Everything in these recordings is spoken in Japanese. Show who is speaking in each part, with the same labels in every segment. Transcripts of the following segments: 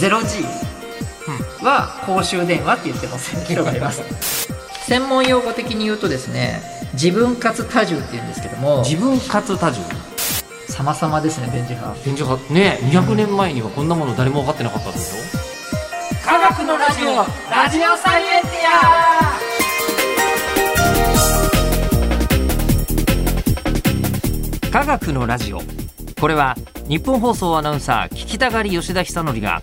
Speaker 1: 0G は公衆電話って言って ます人がいます専門用語的に言うとですね自分活多重って言うんですけども
Speaker 2: 自分活多重
Speaker 1: 様々ですねベンジハ
Speaker 2: 天井さんね200年前にはこんなもの誰も分かってなかったんですよ、
Speaker 1: 科学のラジオラジオサイエンティ
Speaker 2: 科学のラジオこれは日本放送アナウンサー聞きたがり吉田久典が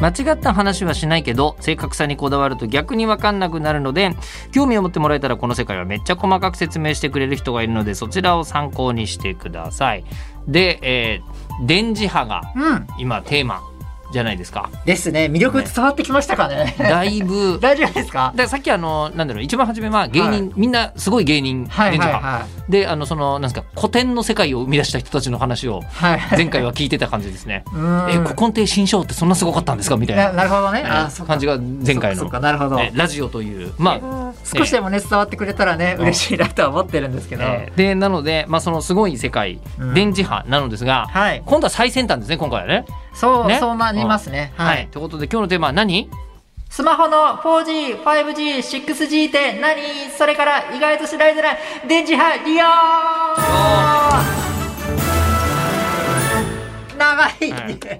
Speaker 2: 間違った話はしないけど正確さにこだわると逆に分かんなくなるので興味を持ってもらえたらこの世界はめっちゃ細かく説明してくれる人がいるのでそちらを参考にしてください。で、えー電磁波が
Speaker 1: うん
Speaker 2: 今テーマじゃないで すか。
Speaker 1: ですね魅力伝わってきましたかね
Speaker 2: だいぶ だか
Speaker 1: 大丈夫ですから
Speaker 2: さっきあのなんだろう一番初めは芸人、
Speaker 1: はい
Speaker 2: みんなすごい芸人、
Speaker 1: はい
Speaker 2: 電
Speaker 1: は
Speaker 2: 磁
Speaker 1: い
Speaker 2: 波。
Speaker 1: はい
Speaker 2: であのそのなんですか古典の世界を生み出した人たちの話を
Speaker 1: はい
Speaker 2: 前回は聞いてた感じですね。
Speaker 1: うん
Speaker 2: え古今亭新章ってそんなすごかったんですかみたいな
Speaker 1: ななるほどねあ
Speaker 2: え
Speaker 1: そっか
Speaker 2: ー感じが前回
Speaker 1: そっ
Speaker 2: の
Speaker 1: かそっかなるほど
Speaker 2: えーラジオというまあ
Speaker 1: 少しでもね伝わってくれたらね
Speaker 2: うん
Speaker 1: 嬉しいなとは思ってるんですけど
Speaker 2: えーでなので、まあ、そのすごい世界、
Speaker 1: うん
Speaker 2: 電磁波なのですが、
Speaker 1: はい
Speaker 2: 今度は最先端ですね今回はね。
Speaker 1: そう
Speaker 2: ね
Speaker 1: そうなりますねは
Speaker 2: はいい、ということで今日のテーマは何
Speaker 1: スマホの 4G、5G、6G って何それから意外と知られてない電磁波利用長い、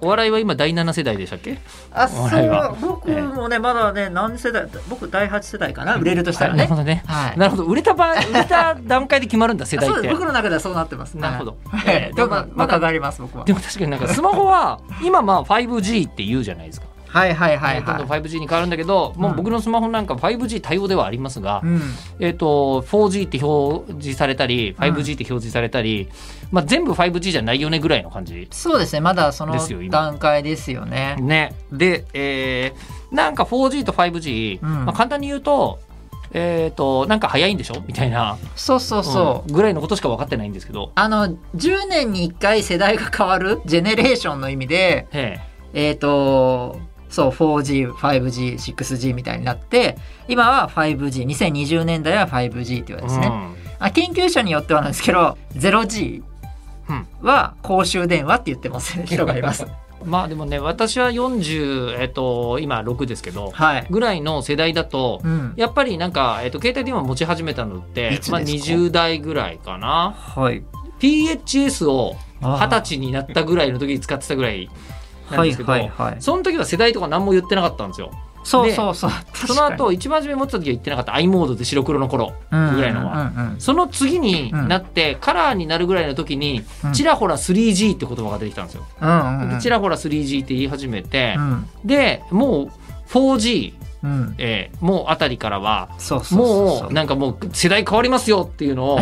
Speaker 2: お笑いは今第7世代でしたっけ
Speaker 1: あ
Speaker 2: お笑いは
Speaker 1: そう僕もね、まだね何世代僕第8世代かな売れるとしたら
Speaker 2: な
Speaker 1: ね
Speaker 2: るほどね、
Speaker 1: はい
Speaker 2: なるほど売れた場売れた段階で決まるんだ世
Speaker 1: あ
Speaker 2: 代
Speaker 1: そう
Speaker 2: っ
Speaker 1: です
Speaker 2: て
Speaker 1: 僕の中ではそうなってます
Speaker 2: なるほど
Speaker 1: はい
Speaker 2: えー
Speaker 1: でも
Speaker 2: まあ
Speaker 1: 若返ります僕は
Speaker 2: でも確かになんかスマホは今まあ 5G って言うじゃないです
Speaker 1: は
Speaker 2: か、
Speaker 1: いはいはい
Speaker 2: どんどん
Speaker 1: は
Speaker 2: 5G に変わるんだけど、もう僕のスマホなんか 5G 対応ではありますが、
Speaker 1: い、うん、
Speaker 2: えっと 4G って表示されたり 5G って表示されたり、まあ、全部 5G じゃないよねぐらいの感じ
Speaker 1: そうですねまだその
Speaker 2: ですよ今
Speaker 1: 段階ですよね
Speaker 2: ねで、えーなんか 4G と 5G、
Speaker 1: うん
Speaker 2: まあ、簡単に言うと,、えー、となんか早いんでしょみたいな、
Speaker 1: そうそうそう、
Speaker 2: うんぐらいのことしか分かってないんですけど、
Speaker 1: あの10年に1回世代が変わるジェネレーションの意味で
Speaker 2: え
Speaker 1: えっ、とそう 4G5G6G みたいになって今は 5G2020 年代は 5G って言われで
Speaker 2: え
Speaker 1: すね、あ研究者によってはなんですけど 0G
Speaker 2: うん
Speaker 1: は公衆電話って言ってます人がい ます
Speaker 2: うんまあでもね私は40、えー、と今6ですけど
Speaker 1: はい、
Speaker 2: ぐらいの世代だと、
Speaker 1: うん、
Speaker 2: やっぱりなんか、えー、と携帯電話持ち始めたのって
Speaker 1: いつですか
Speaker 2: まあ、20代ぐらいかな
Speaker 1: はい
Speaker 2: PHS を
Speaker 1: あ
Speaker 2: 二十
Speaker 1: ー
Speaker 2: 歳になったぐらいの時に使ってたぐらいなんですけど、
Speaker 1: はいはいはい
Speaker 2: その時は世代とか何も言ってなかったんですよ
Speaker 1: そうそうそう
Speaker 2: その後一番初め持ってた時は言ってなかった i モードで白黒の頃ぐらいのは
Speaker 1: は、うんうんうんうん
Speaker 2: その次になって、カラーになるぐらいの時に
Speaker 1: うん
Speaker 2: ちらほら 3G って言葉が出てきたんですよ、
Speaker 1: うんうんうん
Speaker 2: でちらほら 3G って言い始めて
Speaker 1: う、ん
Speaker 2: でもう 4G、
Speaker 1: うん
Speaker 2: えーもうあたりからは
Speaker 1: そうそうそうそ
Speaker 2: も
Speaker 1: う
Speaker 2: うなんかもう世代変わりますよっていう のを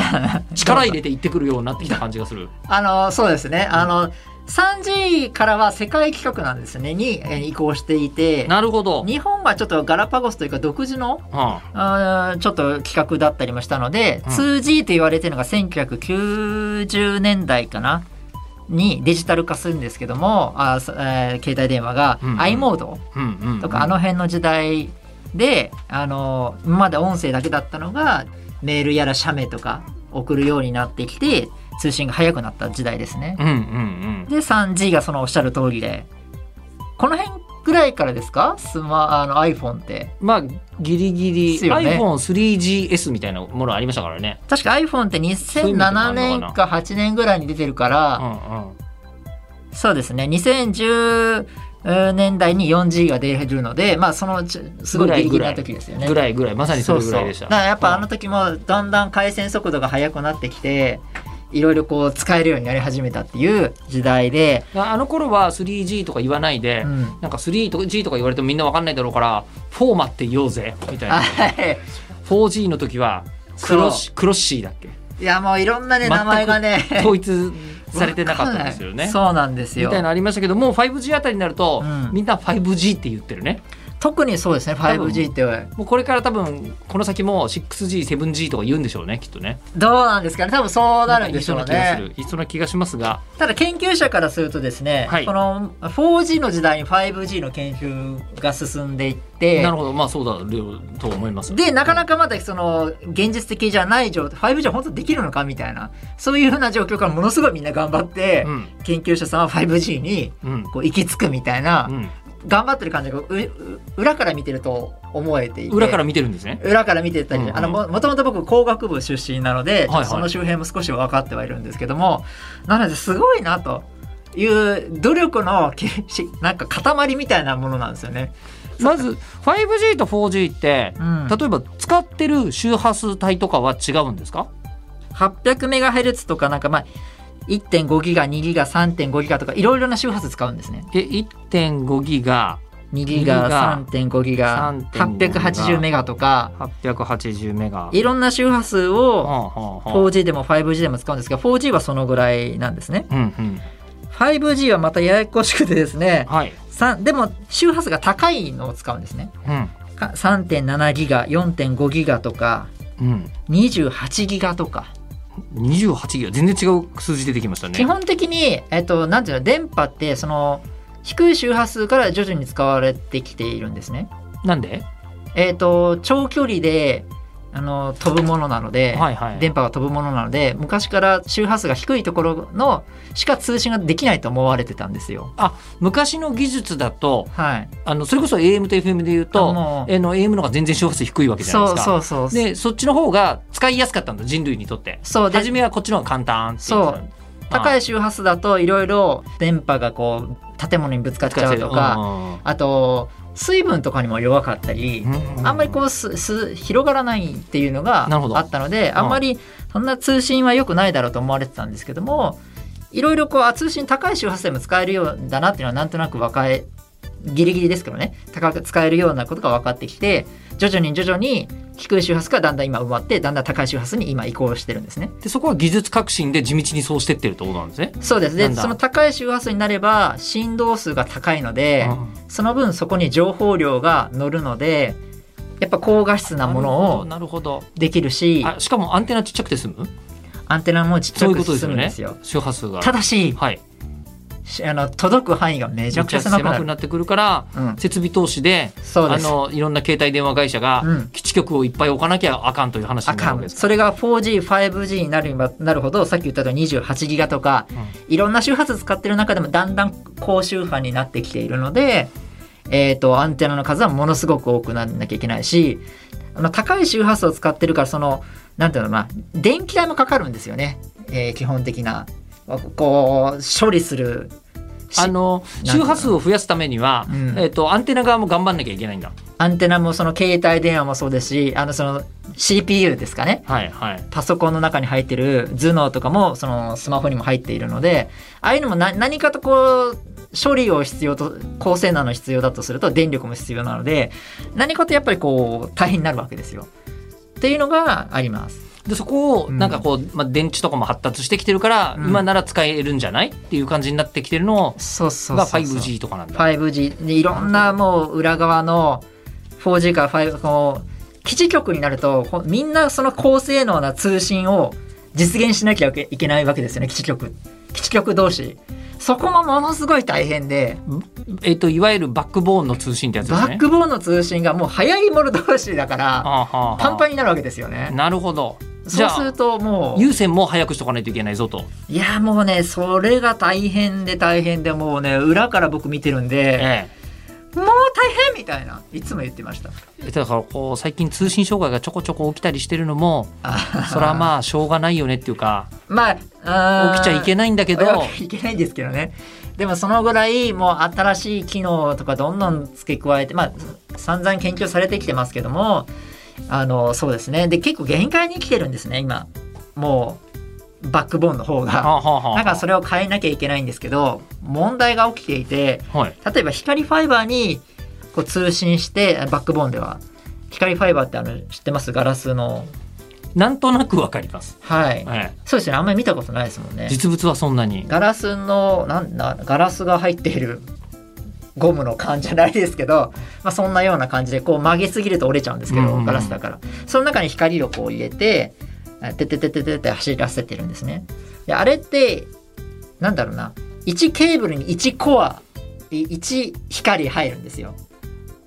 Speaker 2: 力入れて言ってくるようになってきた感じがする
Speaker 1: あのそうですね。あの 3G からは世界規格なんですねにえー移行していて、
Speaker 2: なるほど、
Speaker 1: 日本はちょっとガラパゴスというか独自の
Speaker 2: は
Speaker 1: あーちょっと規格だったりもしたので、
Speaker 2: うん
Speaker 1: 2G と言われてるのが1990年代かな。にデジタル化するんですけどもあー、そえー携帯電話が
Speaker 2: うんうん
Speaker 1: i モード
Speaker 2: あうんうんうん
Speaker 1: とかあの辺の時代で、あの今まで音声だけだったのがメールやら写メとか送るようになってきて通信が早くなった時代ですね。
Speaker 2: うんうんうん
Speaker 1: で 3G がそのおっしゃる通りでこの辺ぐらいからですかスマあの iPhone って
Speaker 2: まあギリギリ、
Speaker 1: ですよね
Speaker 2: iPhone3GS みたいなものありましたからね。
Speaker 1: 確か iPhone って
Speaker 2: ういうのもあ
Speaker 1: 2007
Speaker 2: んのかな
Speaker 1: 年か8年ぐらいに出てるから、
Speaker 2: うんうん、
Speaker 1: そうですね2010年代に 4G が出るのでまあそのうちすごいギリギリな時ですよね
Speaker 2: ぐ。らいぐらいまさにそれぐらいでし
Speaker 1: そうそうだ
Speaker 2: た。
Speaker 1: からやっぱあの時もだんだん回線速度が速くなってきていろいろこう使えるようになり始めたっていう時代で、
Speaker 2: うんあの頃は 3G とか言わないで、
Speaker 1: うん
Speaker 2: なんか 3G とか言われてもみんなわかんないだろうからフォーマって言おうぜみたいな。4G の時はクロシクロッシーだっけ
Speaker 1: いやもういろんなね
Speaker 2: 全く
Speaker 1: 名前がね
Speaker 2: 統一されてなかったんですよね。
Speaker 1: そうなんです
Speaker 2: み
Speaker 1: よ
Speaker 2: たいなのありましたけどもう 5G あたりになると、
Speaker 1: うん
Speaker 2: みんな 5G って言ってるね。
Speaker 1: 特にそうですね 5G って
Speaker 2: もうこれから多分この先も 6G7G とか言うんでしょうねきっとね
Speaker 1: どうなんですかね多分そうなるんでしょう
Speaker 2: なんか
Speaker 1: ね
Speaker 2: 言いそうな気がする言いそうな気がしますが
Speaker 1: ただ研究者からするとですね、
Speaker 2: はい
Speaker 1: この 4G の時代に 5G の研究が進んでいって
Speaker 2: なるほどまあそうだろうと思います
Speaker 1: でなかなか
Speaker 2: か
Speaker 1: まだその現実的じゃない状態 5G は本当にできるのかみたいなそういうふうな状況からものすごいみんな頑張って、
Speaker 2: うん
Speaker 1: 研究者さんは 5G に
Speaker 2: うん
Speaker 1: こう行き着くみたいな、
Speaker 2: うん
Speaker 1: 頑張ってる感じがうう裏から見てると思えていて
Speaker 2: 裏から見てるんですね
Speaker 1: 裏から見てたり、
Speaker 2: うんうん
Speaker 1: あのももともと僕工学部出身なので、ちょっ
Speaker 2: はいはい
Speaker 1: とその周辺も少し分かってはいるんですけどもなのですごいなという努力のけ しなんか塊みたいなものなんですよね。
Speaker 2: まず 5G と 4G って
Speaker 1: うん、
Speaker 2: 例えば使ってる周波数帯とかは違うんですか
Speaker 1: 800メガヘルツとかなんかまあ1.5ギガ2ギガ3.5ギガとかいろいろな周波数使うんですね
Speaker 2: え1.5ギガ
Speaker 1: 2ギガ3.5ギガ
Speaker 2: 3.5ギガ
Speaker 1: 880メガとか
Speaker 2: 880メガ
Speaker 1: いろんな周波数を
Speaker 2: はあはあはあ
Speaker 1: 4G でも 5G でも使うんですが 4G はそのぐらいなんですね
Speaker 2: うんうん
Speaker 1: 5G はまたややこしくてですね
Speaker 2: はい
Speaker 1: さんでも周波数が高いのを使うんですね
Speaker 2: うん
Speaker 1: か3.7ギガ4.5ギガとか
Speaker 2: うん
Speaker 1: 28ギガとか、
Speaker 2: 28ギガ全然違う数字出てきましたね
Speaker 1: 基本的に、えっと、なんていうの電波ってその低い周波数から徐々に使われてきているんですね
Speaker 2: なんで
Speaker 1: えっと長距離であの飛ぶものなので、
Speaker 2: はいはい
Speaker 1: 電波が飛ぶものなので昔から周波数が低いところのしか通信ができないと思われてたんですよ。
Speaker 2: 昔の技術だと
Speaker 1: はい、
Speaker 2: あのそれこそ AM と FM で言う
Speaker 1: あ
Speaker 2: と
Speaker 1: もう
Speaker 2: えの AM の方が全然周波数低いわけじゃない
Speaker 1: そ
Speaker 2: です
Speaker 1: う
Speaker 2: か
Speaker 1: そうそう
Speaker 2: でそっちの方が使いやすかったんだ人類にとって
Speaker 1: そうで
Speaker 2: 初めはこっちの方が簡単って
Speaker 1: そう高
Speaker 2: い
Speaker 1: い周波数だといろいろ電波がこう建物にぶつかっちゃうとかあと水分とかにも弱かったり。あんまりこうすす広がらないっていうのが
Speaker 2: なるほど
Speaker 1: あったので
Speaker 2: ん
Speaker 1: あんまりそんな通信は良くないだろうと思われてたんですけどもいろいろこうあ通信高い周波数でも使えるようだなっていうのはなんとなく分かえギリギリですけどね高く使えるようなことが分かってきて徐々に徐々に低い周波数がだんだん今埋まってだんだん高い周波数に今移行してるんですね。
Speaker 2: でそこは技術革新で地道にそうしてってるってことなんですね。
Speaker 1: そうです
Speaker 2: な
Speaker 1: で
Speaker 2: んだ
Speaker 1: その高い周波数になれば振動数が高いので
Speaker 2: うん
Speaker 1: その分そこに情報量が乗るのでやっぱ高画質なものを
Speaker 2: なるほどなる
Speaker 1: できるし
Speaker 2: ほどあしかもアンテナちっちゃくて済む
Speaker 1: アンテナもちっち
Speaker 2: そ
Speaker 1: ゃ
Speaker 2: ういう
Speaker 1: く
Speaker 2: ことです
Speaker 1: 進
Speaker 2: よ
Speaker 1: むん
Speaker 2: ね
Speaker 1: ですよ
Speaker 2: 周波数が。
Speaker 1: ただし
Speaker 2: はい、
Speaker 1: しあの届く範囲がめ
Speaker 2: め
Speaker 1: ちゃくちゃ狭くな
Speaker 2: 狭
Speaker 1: る
Speaker 2: くなってくるから
Speaker 1: うん、
Speaker 2: 設備投資で
Speaker 1: そう
Speaker 2: あ
Speaker 1: です
Speaker 2: のいろんな携帯電話会社が
Speaker 1: うん
Speaker 2: 基地局をいっぱい置かなきゃあかんという話
Speaker 1: あ
Speaker 2: になる
Speaker 1: か
Speaker 2: わけで
Speaker 1: ん
Speaker 2: す
Speaker 1: それが 4G5G になるにはなるほどさっき言ったとおり28ギガとか、いろんな周波数使ってる中でもだんだん高周波になってきているので、えー、とアンテナの数はものすごく多くならなきゃいけないしあの高い周波数を使ってるからそのなんていうのかな電気代もかかるんですよね、えー基本的なこう処理するし
Speaker 2: あの周波数を増やすためには、
Speaker 1: うん
Speaker 2: えっとアンテナ側も頑張んなきゃいけないんだ。
Speaker 1: アンテナもその携帯電話もそうですしあのその CPU ですかね
Speaker 2: はいはい。
Speaker 1: パソコンの中に入ってる頭脳とかもそのスマホにも入っているのでああいうのもな何かとこう処理を必要と高性能の必要だとすると電力も必要なので何かとやっぱりこう大変になるわけですよ。っていうのがあります。
Speaker 2: でそこを
Speaker 1: うん
Speaker 2: なんかこう、まあ、電池とかも発達してきてるから、
Speaker 1: うん
Speaker 2: 今なら使えるんじゃないっていう感じになってきてるの
Speaker 1: そうそう
Speaker 2: が 5G とかなんだ。
Speaker 1: 5G でいろんなもう裏側の 4G から5こう基地局になるとほみんなその高性能な通信を実現しなきゃいけないわけですよね基地局基地局同士そこもものすごい大変で
Speaker 2: えっといわゆるバックボーンの通信ってやつです
Speaker 1: バ
Speaker 2: ね。
Speaker 1: ックボーンの通信がもう速いもの同士だから
Speaker 2: あーはーはー
Speaker 1: パンパンになるわけですよね
Speaker 2: なるほど。じ
Speaker 1: そ
Speaker 2: ゃ
Speaker 1: うす
Speaker 2: あ
Speaker 1: るともう
Speaker 2: 有線も早くしとかないといけないぞと。
Speaker 1: いやもうねそれが大変で大変でもうね裏から僕見てるんで
Speaker 2: え
Speaker 1: もう大変みたいないつも言ってました
Speaker 2: え。だからこう最近通信障害がちょこちょこ起きたりしてるのもそれはまあしょうがないよねっていうか
Speaker 1: まあ、
Speaker 2: 起きちゃいけ
Speaker 1: ない
Speaker 2: ないんだけど
Speaker 1: 起きちゃいけないんですけどね。でもそのぐらいもう新しい機能とかどんどん付け加えて、まあ、散々研究されてきてますけども、あの、そうですね。で、結構限界に来てるんですね、今。もう、バックボーンの方が。
Speaker 2: あはあはあ
Speaker 1: だからそれを変えなきゃいけないんですけど、問題が起きていて、
Speaker 2: はい
Speaker 1: 例えば光ファイバーにこう通信して、バックボーンでは。光ファイバーってあの知ってますガラスの。
Speaker 2: なんとなくわかります。
Speaker 1: はい。
Speaker 2: え
Speaker 1: そうですね。あんまり見たことないですもんね
Speaker 2: え、。実物はそんなに。
Speaker 1: ガラスのなんなガラスが入っているゴムの缶じゃないですけど、まあ、そんなような感じでこう曲げすぎると折れちゃうんですけ
Speaker 2: うんう
Speaker 1: ど
Speaker 2: んうん
Speaker 1: ガラスだからその中に光をこう入れてあてててててて走らせてるんですねであれってなんだろうな1ケーブルに1コアい1光入るんですよ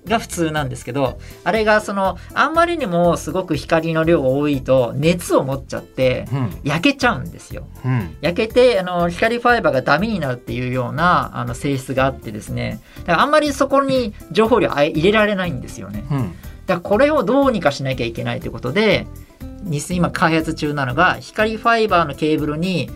Speaker 1: が普通なんですけどあれがそのあんまりにもすごく光の量が多いと熱を持っちゃって
Speaker 2: うん
Speaker 1: 焼けちゃうんですよ
Speaker 2: うん
Speaker 1: 焼けてあの光ファイバーがダメになるっていうようなあの性質があってですねだからあんまりそこに情報量あ入れられないんですよね
Speaker 2: うん
Speaker 1: だからこれをどうにかしなきゃいけないということで日今開発中なのが光ファイバーのケーブルに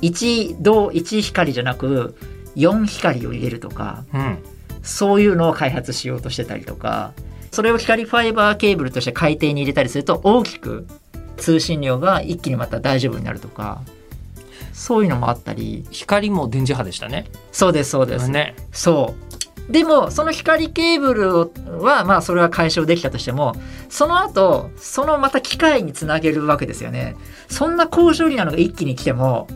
Speaker 1: 1銅1光じゃなく4光を入れるとか
Speaker 2: うん
Speaker 1: そういうのを開発しようとしてたりとかそれを光ファイバーケーブルとして海底に入れたりすると大きく通信量が一気にまた大丈夫になるとかそういうのもあったり
Speaker 2: 光も電磁波でしたね。
Speaker 1: そうですそうです、
Speaker 2: ね。
Speaker 1: そうでもその光ケーブルをはまあそれは解消できたとしてもその後そのまた機械につなげるわけですよねそんな高処理なのが一気に来ても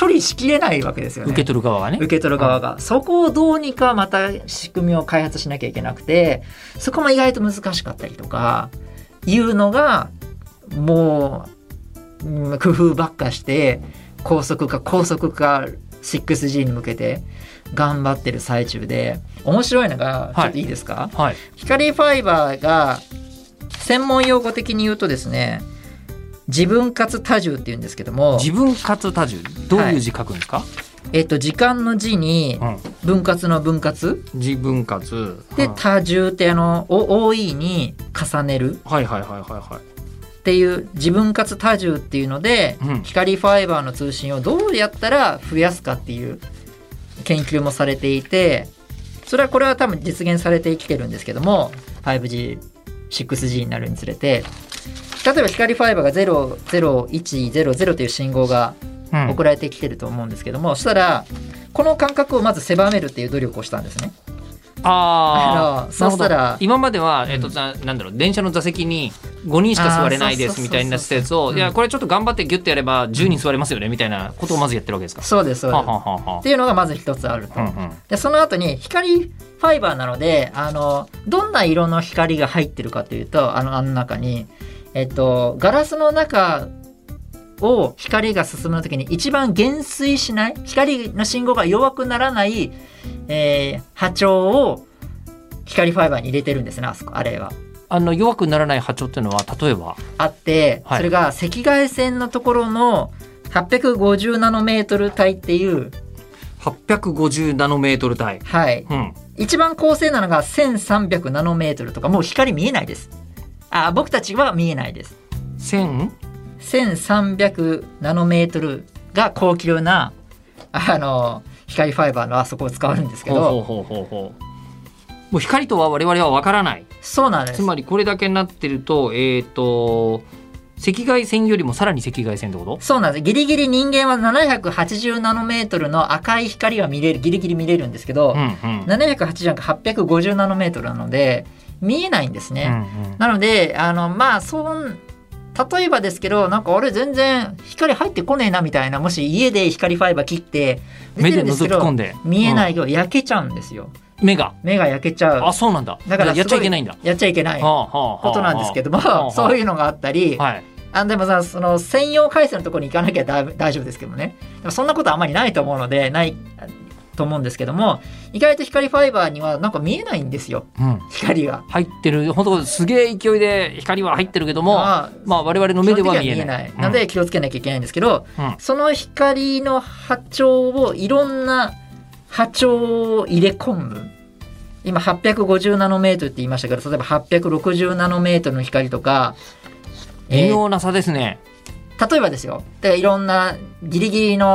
Speaker 1: 処理しきれないわけですよね
Speaker 2: 受け取る側はね
Speaker 1: 受。け取る側が、そこをどうにかまた仕組みを開発しなきゃいけなくてそこも意外と難しかったりとかいうのがもううん工夫ばっかして高速化高速化 6G に向けて頑張ってる最中で面白いのが
Speaker 2: はい
Speaker 1: ちょっといいですか、
Speaker 2: はい。
Speaker 1: 光ファイバーが専門用語的に言うとですね自分かつ多重って言うんですけども、
Speaker 2: 自分かつ多重どういう字書くんですか？
Speaker 1: えっと、時間の字に
Speaker 2: う
Speaker 1: 分割の分割
Speaker 2: ん。自分かつ。
Speaker 1: で
Speaker 2: はい
Speaker 1: 多重ってあのお多いに重ねる
Speaker 2: はいはいはいは
Speaker 1: っていう自分かつ多重っていうので、
Speaker 2: うん
Speaker 1: 光ファイバーの通信をどうやったら増やすかっていう研究もされていてそれはこれは多分実現されてきてるんですけども 5G6G になるにつれて例えば光ファイバーが00100という信号が
Speaker 2: いはい。
Speaker 1: 送られてきてると思うんですけども、そしたらこの間隔をまず狭めるっていう努力をしたんですね。
Speaker 2: あ
Speaker 1: あ
Speaker 2: あ、
Speaker 1: のそうしたら
Speaker 2: なるほど今までは、
Speaker 1: ん
Speaker 2: えっと、ななんだろう、電車の座席に5人しか座れないで
Speaker 1: あーそ
Speaker 2: す
Speaker 1: う
Speaker 2: みたいになってたやつ
Speaker 1: そうそうそう
Speaker 2: を、
Speaker 1: うん
Speaker 2: いや、これちょっと頑張ってギュッとやれば10人座れますよねみたいなことをまずやってるわけですか。
Speaker 1: そうですそうで
Speaker 2: は
Speaker 1: す
Speaker 2: あはあはあは
Speaker 1: っていうのがまず一つあると。
Speaker 2: あうんうん
Speaker 1: でその後に光ファイバーなのであのどんな色の光が入ってるかというとあのあの中に、えっと、ガラスの中を光が進む時に一番減衰しない光の信号が弱くならない、えー波長を光ファイバーに入れてるんですねあそこあれは。
Speaker 2: あの弱くならない波長っていうのは例えば
Speaker 1: あって、
Speaker 2: はい
Speaker 1: それが赤外線のところの850ナノメートル帯っていう、
Speaker 2: 850ナノメートル帯、
Speaker 1: はい、
Speaker 2: うん、
Speaker 1: 一番高性なのが1300ナノメートルとかもう光見えないですあ僕たちは見えないです
Speaker 2: 1000
Speaker 1: 1300ナノメートルが高機量なあの光ファイバーのあそこを使うんですけ
Speaker 2: ほう
Speaker 1: ど
Speaker 2: ほうほうほうほうもう光とは我々は分からない
Speaker 1: そうなんで
Speaker 2: つ
Speaker 1: す
Speaker 2: まりこれだけになってるとえっ、と赤外線よりもさらに赤外線ってこと
Speaker 1: そうなんですギリギリ人間は780ナノメートルの赤い光が見れるギリギリ見れるんですけど、
Speaker 2: うんうん
Speaker 1: 780か850ナノメートルなので見えないんですね、
Speaker 2: うんうん
Speaker 1: なのであのまあそん例えばですけどなんかあれ全然光入ってこねえなみたいなもし家で光ファイバー切って出
Speaker 2: 目
Speaker 1: てる
Speaker 2: で
Speaker 1: んです
Speaker 2: 覗
Speaker 1: け
Speaker 2: き込
Speaker 1: ど
Speaker 2: んで、
Speaker 1: 見えないいけど焼けちゃうんですよ
Speaker 2: うん目が
Speaker 1: 目が焼けちゃ
Speaker 2: あ
Speaker 1: う
Speaker 2: そうなんだ
Speaker 1: だから
Speaker 2: やっちゃいけないんだ
Speaker 1: やっちゃいけないこ
Speaker 2: こと
Speaker 1: なんですけど
Speaker 2: はあは
Speaker 1: も
Speaker 2: あ
Speaker 1: そういうのがあったり
Speaker 2: はい
Speaker 1: あでもさその専用回線のところに行かなきゃだ大丈夫ですけどねでもそんなことあんまりないと思うのでないと思うんですけども意外と光ファイバーにはなんか見えないんですよ
Speaker 2: うん
Speaker 1: 光が。
Speaker 2: 入ってる本当すげえ勢いで光は入ってるけども
Speaker 1: まあ
Speaker 2: まあ我々の目では見えない
Speaker 1: 基本的には見なので気をつけなきゃいけないんですけど、
Speaker 2: うん
Speaker 1: その光の波長をいろんな波長を入れ込む今850ナノメートルって言いましたけど例えば860ナノメートルの光とか、
Speaker 2: うん微
Speaker 1: えー
Speaker 2: 妙な差ですね、
Speaker 1: 例えばですよでいろんなギリギリの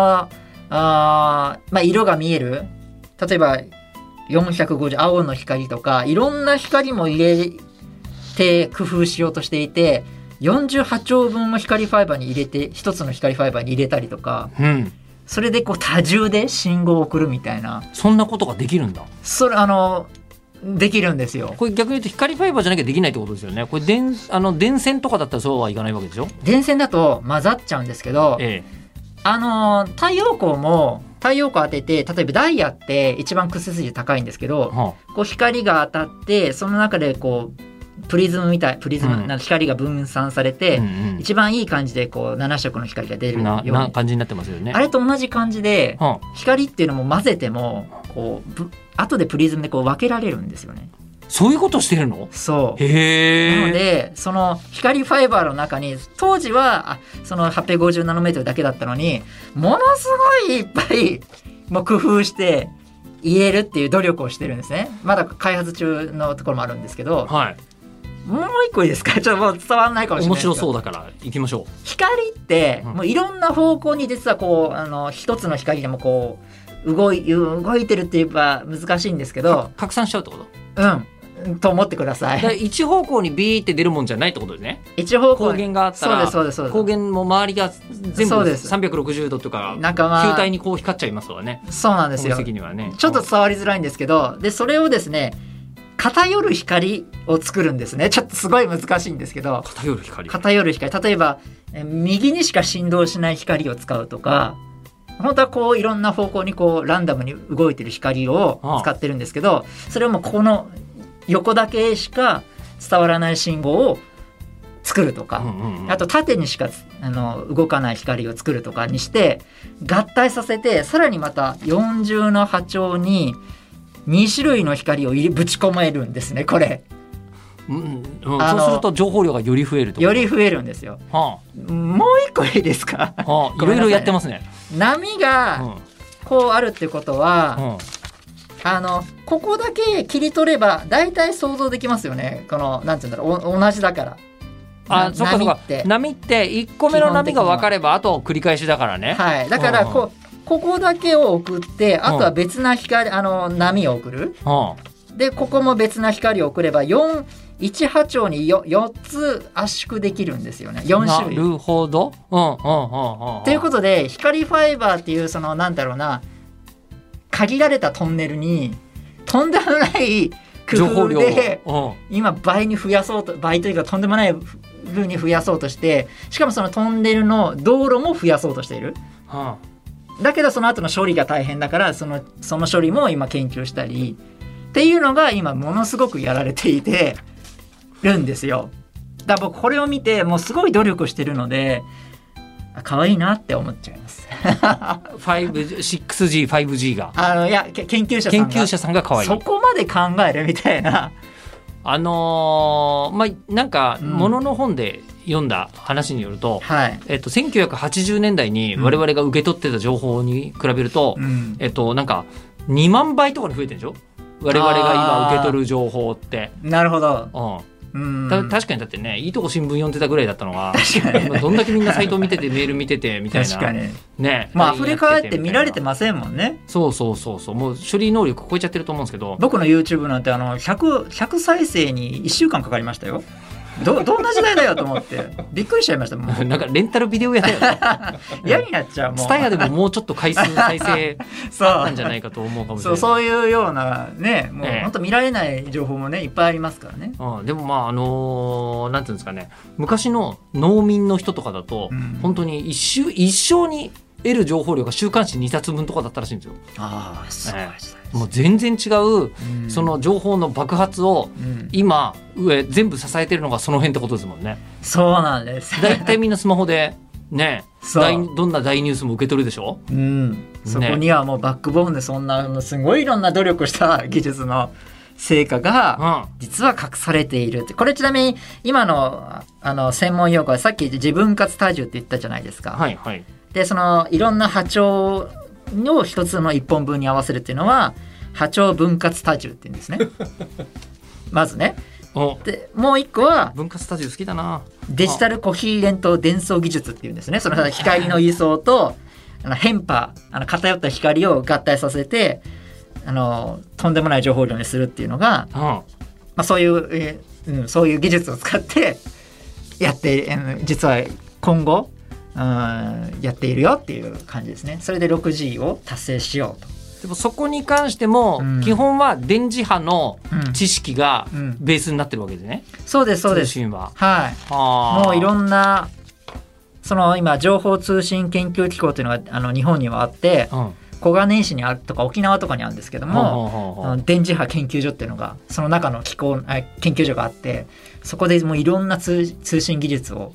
Speaker 1: あー、まあ、色が見える例えば450青の光とかいろんな光も入れて工夫しようとしていて48兆分も光ファイバーに入れて一つの光ファイバーに入れたりとか
Speaker 2: うん、
Speaker 1: それでこう多重で信号を送るみたいな
Speaker 2: そんなことができるんだ
Speaker 1: それあのできるんですよ。
Speaker 2: これ逆に言うと光ファイバーじゃなきゃできないってことですよねこれ電あの電線とかだったらそうはいかないわけでしょ
Speaker 1: 電線だと混ざっちゃうんですけど
Speaker 2: え
Speaker 1: あのー太陽光も太陽光当てて例えばダイヤって一番屈折率高いんですけど
Speaker 2: は
Speaker 1: こう光が当たってその中でこうプリズムみたいプリズム、
Speaker 2: うん
Speaker 1: なんか光が分散され
Speaker 2: あ
Speaker 1: て、
Speaker 2: うん
Speaker 1: 一番いい感じでこう7色の光が出
Speaker 2: う
Speaker 1: るよ
Speaker 2: ん、な
Speaker 1: うに
Speaker 2: な感じになってますよね。
Speaker 1: あれと同じ感じで
Speaker 2: はあ
Speaker 1: 光っていうのも混ぜてもこうぶ後でプリズムでこう分けられるんですよね。
Speaker 2: そういうことしてるの
Speaker 1: そうなの
Speaker 2: へえ。
Speaker 1: でその光ファイバーの中に当時はあその850ナノメートルだけだったのにものすごいいっぱいもう工夫して言えるっていう努力をしてるんですねまだ開発中のところもあるんですけど
Speaker 2: は
Speaker 1: もう一個いいですか ちょっともう伝わらないかも
Speaker 2: い。
Speaker 1: しれないで
Speaker 2: 面
Speaker 1: すけど
Speaker 2: 白そうだから行きましょう。
Speaker 1: 光って
Speaker 2: うん
Speaker 1: もういろんな方向に実はこうあの一つの光でもこう動い動いてるって言えば難しいんですけど
Speaker 2: 拡散しちゃうってこと。
Speaker 1: うんと思ってくださ
Speaker 2: だから
Speaker 1: い。
Speaker 2: 一方向にビーって出るもんじゃないってことですね。
Speaker 1: 一方向
Speaker 2: 光
Speaker 1: に
Speaker 2: 源があった
Speaker 1: そうで
Speaker 2: ら
Speaker 1: すそうですそうです
Speaker 2: 光源も周りが全部
Speaker 1: そうです
Speaker 2: 360度とか
Speaker 1: なんかまあ
Speaker 2: 球体にこう光っちゃいますわね。
Speaker 1: そうなんです
Speaker 2: 宝
Speaker 1: よ
Speaker 2: 石にはね。
Speaker 1: ちょっと伝わりづらいんですけどでそれをですね偏る光を作るんですねちょっとすごい難しいんですけど
Speaker 2: 偏る光。
Speaker 1: 偏る光例えばえ右にしか振動しない光を使うとか本当はこういろんな方向にこうランダムに動いてる光を使ってるんですけどそれをもうここの横だけしか伝わらない信号を作るとか、
Speaker 2: うんうんうん
Speaker 1: あと縦にしかつあの動かない光を作るとかにして合体させてさらにまた40の波長に2種類の光を入れぶち込めるんですねこれ
Speaker 2: うんうん
Speaker 1: あ
Speaker 2: そ
Speaker 1: の
Speaker 2: うすると情報量がより増えると。
Speaker 1: より増えるんですよ
Speaker 2: は
Speaker 1: もう一個いいですか
Speaker 2: あはあ
Speaker 1: ご
Speaker 2: い
Speaker 1: めんないさ
Speaker 2: ろ
Speaker 1: い
Speaker 2: ろやってますね。
Speaker 1: 波
Speaker 2: うん
Speaker 1: がこうあるってことは
Speaker 2: うん
Speaker 1: あのここだけ切り取れば大体想像できますよねこのなんて言うんだろうお同じだから
Speaker 2: あ、
Speaker 1: な
Speaker 2: そっかそ
Speaker 1: 波
Speaker 2: っか
Speaker 1: っ。て
Speaker 2: 波って1個目の波が分かればあとは繰り返しだからね。
Speaker 1: はいだからこうここだけを送ってあとは別な光あの波を送る
Speaker 2: は
Speaker 1: でここも別な光を送れば4 1波長に 4, 4つ圧縮できるんですよね
Speaker 2: あ
Speaker 1: 4
Speaker 2: な
Speaker 1: 種類。
Speaker 2: るほど。うんうんうんうんうん。
Speaker 1: ということで光ファイバーっていうそのなんだろうな限られたトンネルにとんでもない工
Speaker 2: 情報
Speaker 1: 夫
Speaker 2: 量を。
Speaker 1: で
Speaker 2: うん
Speaker 1: 今倍に増やそうと倍というかとんでもない風に増やそうとしてしかもそのトンネルの道路も増やそうとしている。
Speaker 2: は
Speaker 1: だけどその後の処理が大変だからそのその処理も今研究したりっていうのが今ものすごくやられていてるんですよ。だから僕これを見てもうすごい努力してるのであ可愛いなって思っちゃいます。
Speaker 2: あ 5G 6G、5G が。
Speaker 1: あのいやけ研究者さん
Speaker 2: 研
Speaker 1: が
Speaker 2: 究者さんが可愛い。
Speaker 1: そこまで考えるみたいな。
Speaker 2: あのーまあなんか
Speaker 1: うん
Speaker 2: ものの本で読んだ話によると、
Speaker 1: はい。
Speaker 2: えっと1980年代に我々が受け取ってた情報に比べると、
Speaker 1: うん、
Speaker 2: えっとなんか2万倍とかに増えてるでしょ。我々が今受け取る情報って、
Speaker 1: なるほど。
Speaker 2: う、
Speaker 1: うんん。
Speaker 2: た確かにだってねいいとこ新聞読んでたぐらいだったのが
Speaker 1: 確かに。
Speaker 2: どんだけみんなサイト見ててメール見ててみたいな
Speaker 1: 確かに。
Speaker 2: ね
Speaker 1: まあ、振り返って見られて
Speaker 2: も
Speaker 1: ませんもんね。
Speaker 2: そうそうそうそうもう処理能力超えちゃってると思うんですけど
Speaker 1: 僕の YouTube なんてあの 100, 100再生に1週間かかりましたよ どどんな時代だよと思ってびっくりしちゃいましたもう
Speaker 2: なんかレンタルビデオ屋 だよね
Speaker 1: 嫌になっちゃうもう
Speaker 2: ツタヤでももうちょっと回数再生
Speaker 1: そ
Speaker 2: なんじゃ
Speaker 1: う
Speaker 2: ないかと思うかもしれ
Speaker 1: そう
Speaker 2: ない。
Speaker 1: そういうようなねもう
Speaker 2: ええ
Speaker 1: 本当見られない情報もねいっぱいありますからね、
Speaker 2: うん、でもまああのーなんていうんですかね昔の農民の人とかだと、
Speaker 1: うん
Speaker 2: 本当に一週一生に得る情報量が週刊誌2冊分とかだったらしいんですよ。
Speaker 1: ああすごい時代です
Speaker 2: もう全然違う、
Speaker 1: うん
Speaker 2: その情報の爆発を
Speaker 1: うん
Speaker 2: 今上全部支えてるのがその辺ってことですもんね。
Speaker 1: そうなんです
Speaker 2: だいたいみんなスマホ でね
Speaker 1: そう
Speaker 2: 大どんな大ニュースも受け取るでしょ
Speaker 1: うん、そこにはもうバックボーンでそんなあのすごいいろんな努力した技術の成果が
Speaker 2: うん
Speaker 1: 実は隠されているってこれちなみに今のあの専門用語はさっき自分活多重って言ったじゃないですか、
Speaker 2: はいはい。
Speaker 1: でそのいろんな波長を一つの一本分に合わせるっていうのは波長分割多重って言うん ですねまずね
Speaker 2: お
Speaker 1: でもう一個は
Speaker 2: 文化スタジオ好きだな。
Speaker 1: デジタルコヒーレント伝送技術っていうんですねその光の輸送とあの変波あの偏った光を合体させてあのとんでもない情報量にするっていうのが
Speaker 2: うん
Speaker 1: まあ、そういう、えーうん、そういう技術を使 ってやって、うん実は今後、うん、やっているよっていう感じですねそれで 6G を達成しようと、
Speaker 2: でもそこに関しても、
Speaker 1: うん
Speaker 2: 基本は電磁波の
Speaker 1: うん
Speaker 2: 知識が
Speaker 1: うん
Speaker 2: ベースになってるわけですね、
Speaker 1: そうですそうで
Speaker 2: 通
Speaker 1: す
Speaker 2: 信は。
Speaker 1: はいも
Speaker 2: も
Speaker 1: ういろ
Speaker 2: ん
Speaker 1: んなその今情報通信研究機構というのがあの日本にはあって
Speaker 2: な、うん
Speaker 1: 小金井市にあるとか沖縄とかにあるんですけども、あの電磁波研究所っていうのがその中の機構あ研究所があってそこでもういろんな通通信技術を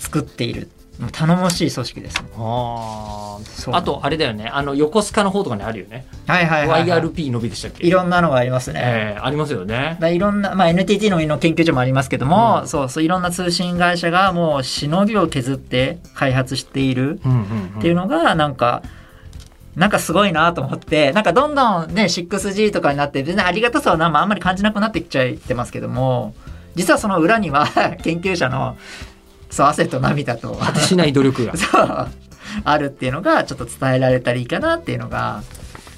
Speaker 1: 作っているもう頼もしい組織ですね。
Speaker 2: あー
Speaker 1: そう
Speaker 2: あとあれだよねあの横須賀の方とかにあるよね、
Speaker 1: はいはいはい、はい、
Speaker 2: YRP のびでしたっけ
Speaker 1: いろんなのがありますね。
Speaker 2: えーありますよね
Speaker 1: だいろんな、まあ、NTT のの研究所もありますけども、
Speaker 2: うん
Speaker 1: そうそういろんな通信会社がもうしのぎを削って開発している
Speaker 2: うんうんうん
Speaker 1: っていうのがなんか、なんかすごいなと思ってなんかどんどんね 6G とかになって全然ありがたさはなんもあんまり感じなくなってきちゃってますけども実はその裏には 研究者のそう汗と涙と
Speaker 2: 果てしない努 力が
Speaker 1: そうあるっていうのがちょっと伝えられたらいいかなっていうのが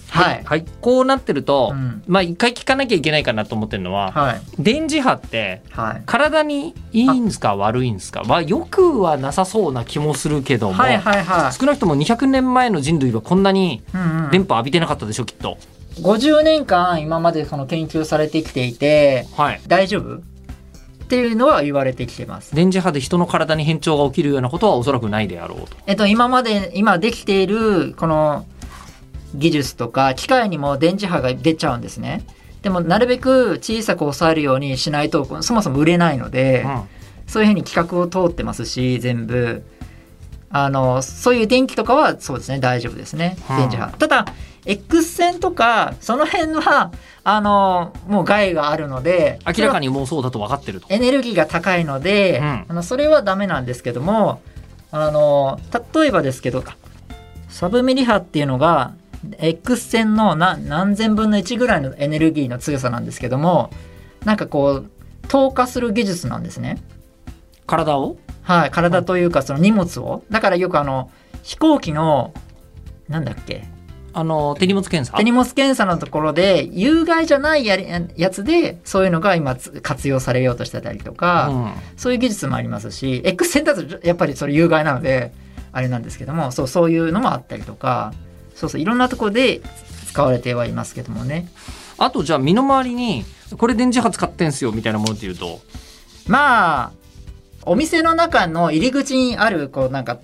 Speaker 1: はい、
Speaker 2: はい、こうなってると、
Speaker 1: うん
Speaker 2: まあ一回聞かなきゃいけないかなと思ってるのは、
Speaker 1: はい
Speaker 2: 電磁波って
Speaker 1: はい
Speaker 2: 体にいいんですか悪いんですかはよくはなさそうな気もするけども、
Speaker 1: はいはいは
Speaker 2: 少なくとも200年前の人類はこんなに
Speaker 1: い、うんうん
Speaker 2: 電波浴びてなかったでしょきっと。
Speaker 1: 50年間今までその研究されてきていて
Speaker 2: はい
Speaker 1: 大丈夫っていうのは言われてきてます。
Speaker 2: 電磁波で人の体に変調が起きるようなことはおそらくないであろうと。
Speaker 1: えっと今まで今できているこの技術とか機械にも電磁波が出ちゃうんですね。でもなるべく小さく抑えるようにしないとそもそも売れないので、そういうふうに企画を通ってますし全部あのそういう電気とかはそうですね大丈夫ですね
Speaker 2: うん
Speaker 1: 電磁波、ただ X 線とかその辺はあのもう害があるので
Speaker 2: 明らかにもうそうだと分かってると。
Speaker 1: エネルギーが高いので、
Speaker 2: うん
Speaker 1: あのそれはダメなんですけどもあの例えばですけどサブミリ波っていうのが X 線の何何千分の1ぐらいのエネルギーの強さなんですけどもなんかこう透過する技術なんですね。
Speaker 2: 体を
Speaker 1: はい、体というかその荷物をだからよくあの飛行機のなんだっけ
Speaker 2: あの手荷物検査
Speaker 1: 手荷物検査のところで有害じゃないやりやつでそういうのが今つ活用されようとしてたりとか、
Speaker 2: うん
Speaker 1: そういう技術もありますし X 線だとやっぱりそれ有害なのであれなんですけどもそうそういうのもあったりとかそうそういろんなところで使われてはいますけどもね
Speaker 2: あとじゃあ身の回りにこれ電磁波使ってんすよみたいなものっていうと
Speaker 1: まあお店の中の入り口にあるこうなんか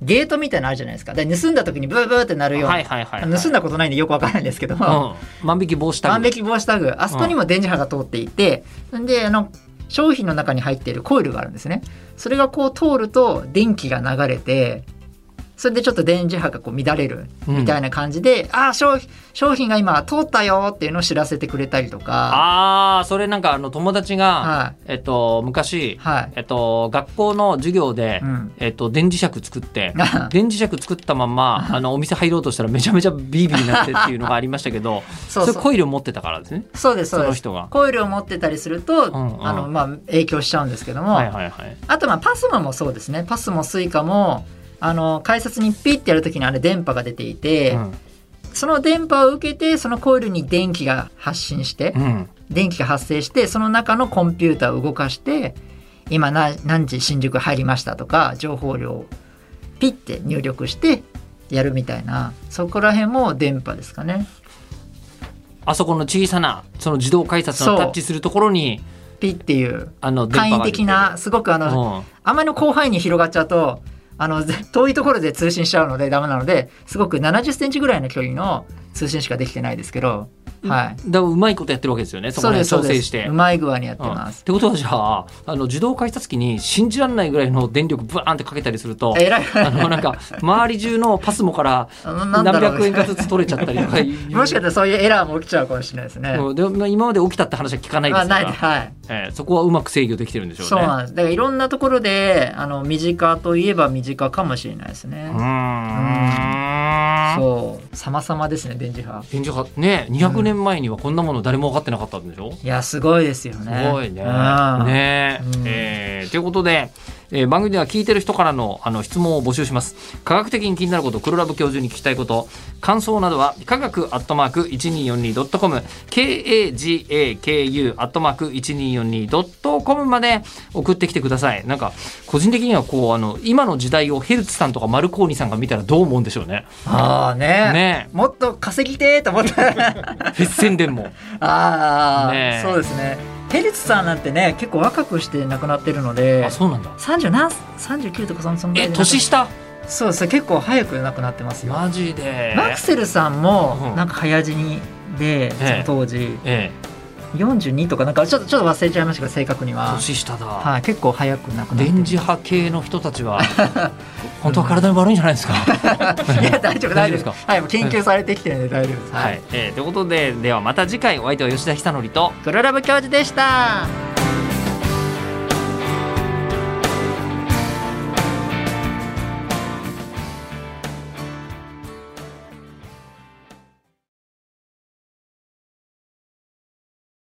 Speaker 1: ゲートみたいなのあるじゃないですかで盗んだ時にブーブーってなるような、
Speaker 2: はいはいはいはい、
Speaker 1: 盗んだことないんでよくわからないんですけども、
Speaker 2: うん、万引き防止タ
Speaker 1: 万
Speaker 2: グ
Speaker 1: 引き防止タグあそこにも電磁波が通っていて、ん、であの商品の中に入っているコイルがあるんですねそれがこう通ると電気が流れてそれでちょっと電磁波がこう乱れるみたいな感じで、ああ商品商品が今通ったよっていうのを知らせてくれたりとか
Speaker 2: ああそれなんかあの友達が、
Speaker 1: は
Speaker 2: えっと昔
Speaker 1: い、はい、
Speaker 2: えっと学校の授業で、
Speaker 1: うん、
Speaker 2: えっと、電磁石作っ て
Speaker 1: あ
Speaker 2: 電磁石作ったまん まあのお店入ろうとしたらめちゃめちゃビービーになってっていうのがありましたけど
Speaker 1: そう
Speaker 2: れ
Speaker 1: そう
Speaker 2: コイルを持ってたからですね
Speaker 1: そうです
Speaker 2: そ
Speaker 1: そう
Speaker 2: の
Speaker 1: です
Speaker 2: 人が。
Speaker 1: コイルを持ってたりすると、
Speaker 2: うんうん
Speaker 1: あのまあ、影響しちゃうんですけども、
Speaker 2: はいはいはい、
Speaker 1: あとまあパスモもそうですねパスモスイカもあの改札にピッてやるときにあれ電波が出ていて、
Speaker 2: うん
Speaker 1: その電波を受けてそのコイルに電気が発信して、
Speaker 2: うん
Speaker 1: 電気が発生してその中のコンピューターを動かして今何何時新宿入りましたとか情報量をピッて入力してやるみたいなそこら辺も電波ですかね
Speaker 2: あそこの小さなその自動改札のタッチするところに
Speaker 1: ピッていう
Speaker 2: あの電
Speaker 1: 簡
Speaker 2: 波
Speaker 1: 易
Speaker 2: が出て
Speaker 1: 的なすごくあ
Speaker 2: う
Speaker 1: の、
Speaker 2: ん、
Speaker 1: あまりの広範囲に広がっちゃうとあのぜ遠いところで通信しちゃうのでダメなのですごく7 0ンチぐらいの距離の通信しかできてないですけど、はい、
Speaker 2: だからうまいことやってるわけですよねそこ
Speaker 1: そう
Speaker 2: ら
Speaker 1: です
Speaker 2: 辺
Speaker 1: そ
Speaker 2: 調
Speaker 1: うで
Speaker 2: 整して
Speaker 1: すうまい具合にやって
Speaker 2: うん
Speaker 1: ま
Speaker 2: っ
Speaker 1: す、
Speaker 2: てことはじゃああの自動改札機に信じられないぐらいの電力ブワーンってかけたりすると
Speaker 1: えらい
Speaker 2: あのなんか周り中のパスモから
Speaker 1: な
Speaker 2: 何
Speaker 1: んだろう
Speaker 2: 百円かずつ取れちゃったり とかいう
Speaker 1: もしかしたらそういうエラーも起きちゃうかもしれないですね。
Speaker 2: うんでまあ今まで起きたって話は聞かないで
Speaker 1: まあ
Speaker 2: すか
Speaker 1: ない
Speaker 2: ら、
Speaker 1: はい、
Speaker 2: えーそこはうまく制御できてるんでしょうね。
Speaker 1: そうなんです。だからいろんなところであの身近といえば身近かもしれないですね。
Speaker 2: うーん
Speaker 1: そう、様々ですね電磁波。
Speaker 2: 電磁波ね200年前にはこんなもの誰も分かってなかったんでしょ、
Speaker 1: いやすごいですよね。
Speaker 2: すごいね。
Speaker 1: うん
Speaker 2: ね
Speaker 1: うん
Speaker 2: えーということで、えー番組では聞いてる人からのあの質問を募集します。科学的に気になること、黒ラブ教授に聞きたいこと、感想などは、科学アットマーク 1242.com、KAGAKU アットマーク 1242.com まで送ってきてください。なんか、個人的にはこう、あの、今の時代をヘルツさんとかマルコーニさんが見たらどう思うんでしょうね。
Speaker 1: ああね。
Speaker 2: ね
Speaker 1: もっと稼ぎてーと思 った。
Speaker 2: フェス宣伝 も。
Speaker 1: ああ、
Speaker 2: ねえ
Speaker 1: そうですね。ヘルツさんなんてね結構若くして亡くなってるので
Speaker 2: あ、。そうなんだ。
Speaker 1: 三十何三十九とかそのそのぐら
Speaker 2: え、
Speaker 1: いで
Speaker 2: 年下
Speaker 1: そうですね結構早くなくなってますよ
Speaker 2: マジで
Speaker 1: マクセルさん
Speaker 2: う
Speaker 1: も
Speaker 2: ん
Speaker 1: なんか早死にで、そ
Speaker 2: ええ
Speaker 1: の当時
Speaker 2: ええ
Speaker 1: 42とかなんかちょっとちょっと忘れちゃいましたけど正確には、
Speaker 2: 年下だ、
Speaker 1: はい、結構早くなくなって
Speaker 2: 電磁波系の人たち は本当は体に悪いんじゃないです か
Speaker 1: いや 大丈夫大
Speaker 2: 大丈
Speaker 1: 丈
Speaker 2: 夫です
Speaker 1: 夫
Speaker 2: か
Speaker 1: ですはいもう研究されてきてるんで大丈夫です
Speaker 2: はい、えーということでではまた次回お相手は吉田久典と
Speaker 1: 黒ラブ教授でした